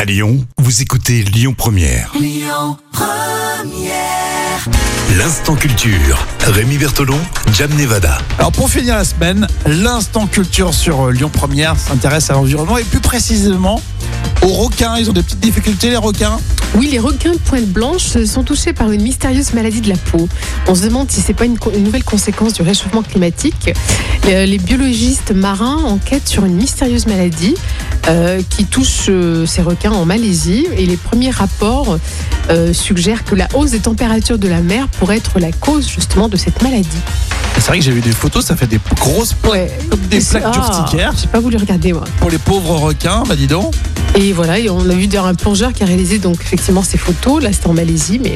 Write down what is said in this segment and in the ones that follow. À Lyon, vous écoutez Lyon Première. Lyon Première. L'instant culture. Rémi Bertolon, Jam Nevada. Alors pour finir la semaine, l'instant culture sur euh, Lyon Première s'intéresse à l'environnement et plus précisément aux requins. Ils ont des petites difficultés les requins. Oui, les requins de pointe blanche euh, sont touchés par une mystérieuse maladie de la peau. On se demande si c'est pas une, co- une nouvelle conséquence du réchauffement climatique. Euh, les biologistes marins enquêtent sur une mystérieuse maladie euh, qui touche euh, ces requins en Malaisie et les premiers rapports euh, suggèrent que la hausse des températures de la mer pourrait être la cause justement de cette maladie. C'est vrai que j'ai vu des photos, ça fait des grosses plaques, Ouais. comme des plaques Ah, d'urticaire J'ai pas voulu regarder moi. pour les pauvres requins. Bah dis donc. Et voilà, et on a vu d'ailleurs un plongeur qui a réalisé donc effectivement ces photos. Là, c'était en Malaisie, mais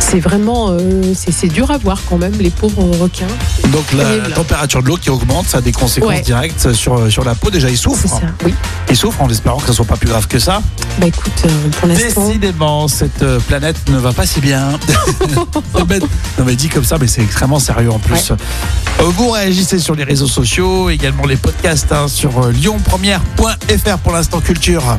c'est vraiment, euh, c'est c'est dur à voir quand même les pauvres requins. Donc la Terrible. température de l'eau qui augmente, ça a des conséquences Ouais. directes sur, sur la peau. Déjà ils C'est souffrent. ça. Oui. Ils souffrent en espérant que ça soit pas plus grave que ça. Bah écoute, euh, pour l'instant, Décidément, cette euh, planète ne va pas si bien. C'est bête. non mais dit comme ça, mais c'est extrêmement sérieux en plus. Euh, Vous réagissez sur les réseaux sociaux, également les podcasts hein, sur euh, lyonpremière.fr pour l'instant culture.